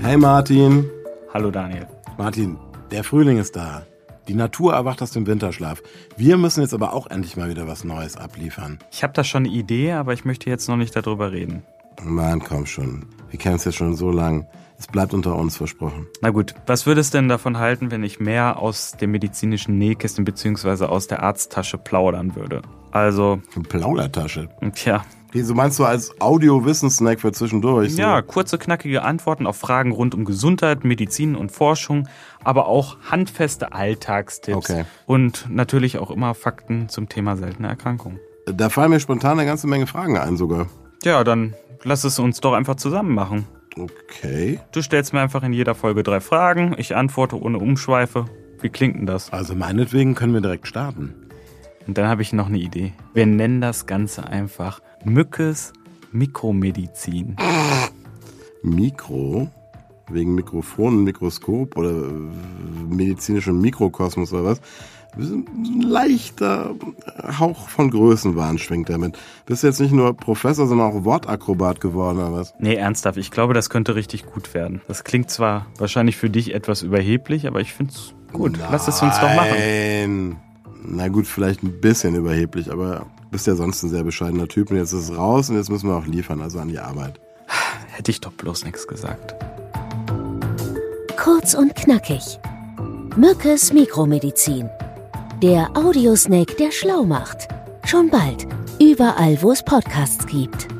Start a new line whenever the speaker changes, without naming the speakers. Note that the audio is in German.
Hey Martin.
Hallo Daniel.
Martin, der Frühling ist da. Die Natur erwacht aus dem Winterschlaf. Wir müssen jetzt aber auch endlich mal wieder was Neues abliefern.
Ich habe da schon eine Idee, aber ich möchte jetzt noch nicht darüber reden.
Mann, komm schon. Wir kennen es jetzt schon so lang. Es bleibt unter uns versprochen.
Na gut, was würde es denn davon halten, wenn ich mehr aus dem medizinischen Nähkissen bzw. aus der Arzttasche plaudern würde? Also,
Eine Plaudertasche.
tja,
Die, so meinst du als Audio-Wissens-Snack für zwischendurch? So.
ja, kurze, knackige Antworten auf Fragen rund um Gesundheit, Medizin und Forschung, aber auch handfeste Alltagstipps
Okay.
und natürlich auch immer Fakten zum Thema seltene Erkrankungen.
Da fallen mir spontan eine ganze Menge Fragen ein sogar.
Ja, dann lass es uns doch einfach zusammen machen.
Okay.
Du stellst mir einfach in jeder Folge drei Fragen, ich antworte ohne Umschweife. Wie klingt denn das?
Also meinetwegen können wir direkt starten.
Und dann habe ich noch eine Idee. Wir nennen das Ganze einfach Mückes Mikromedizin.
Mikro. Wegen Mikrofonen, Mikroskop oder äh, medizinischem Mikrokosmos oder was. Ein leichter Hauch von Größenwahn schwingt damit. Bist du jetzt nicht nur Professor, sondern auch Wortakrobat geworden oder was?
Nee, ernsthaft, ich glaube, das könnte richtig gut werden. Das klingt zwar wahrscheinlich für dich etwas überheblich, aber ich finde es gut. Lass es uns doch machen.
Nein. Na gut, vielleicht ein bisschen überheblich, aber bist ja sonst ein sehr bescheidener Typ und jetzt ist es raus und jetzt müssen wir auch liefern, also an die Arbeit.
Hätte ich doch bloß nichts gesagt.
Kurz und knackig. Mückes Mikromedizin. Der Audiosnake, der schlau macht. Schon bald. Überall, wo es Podcasts gibt.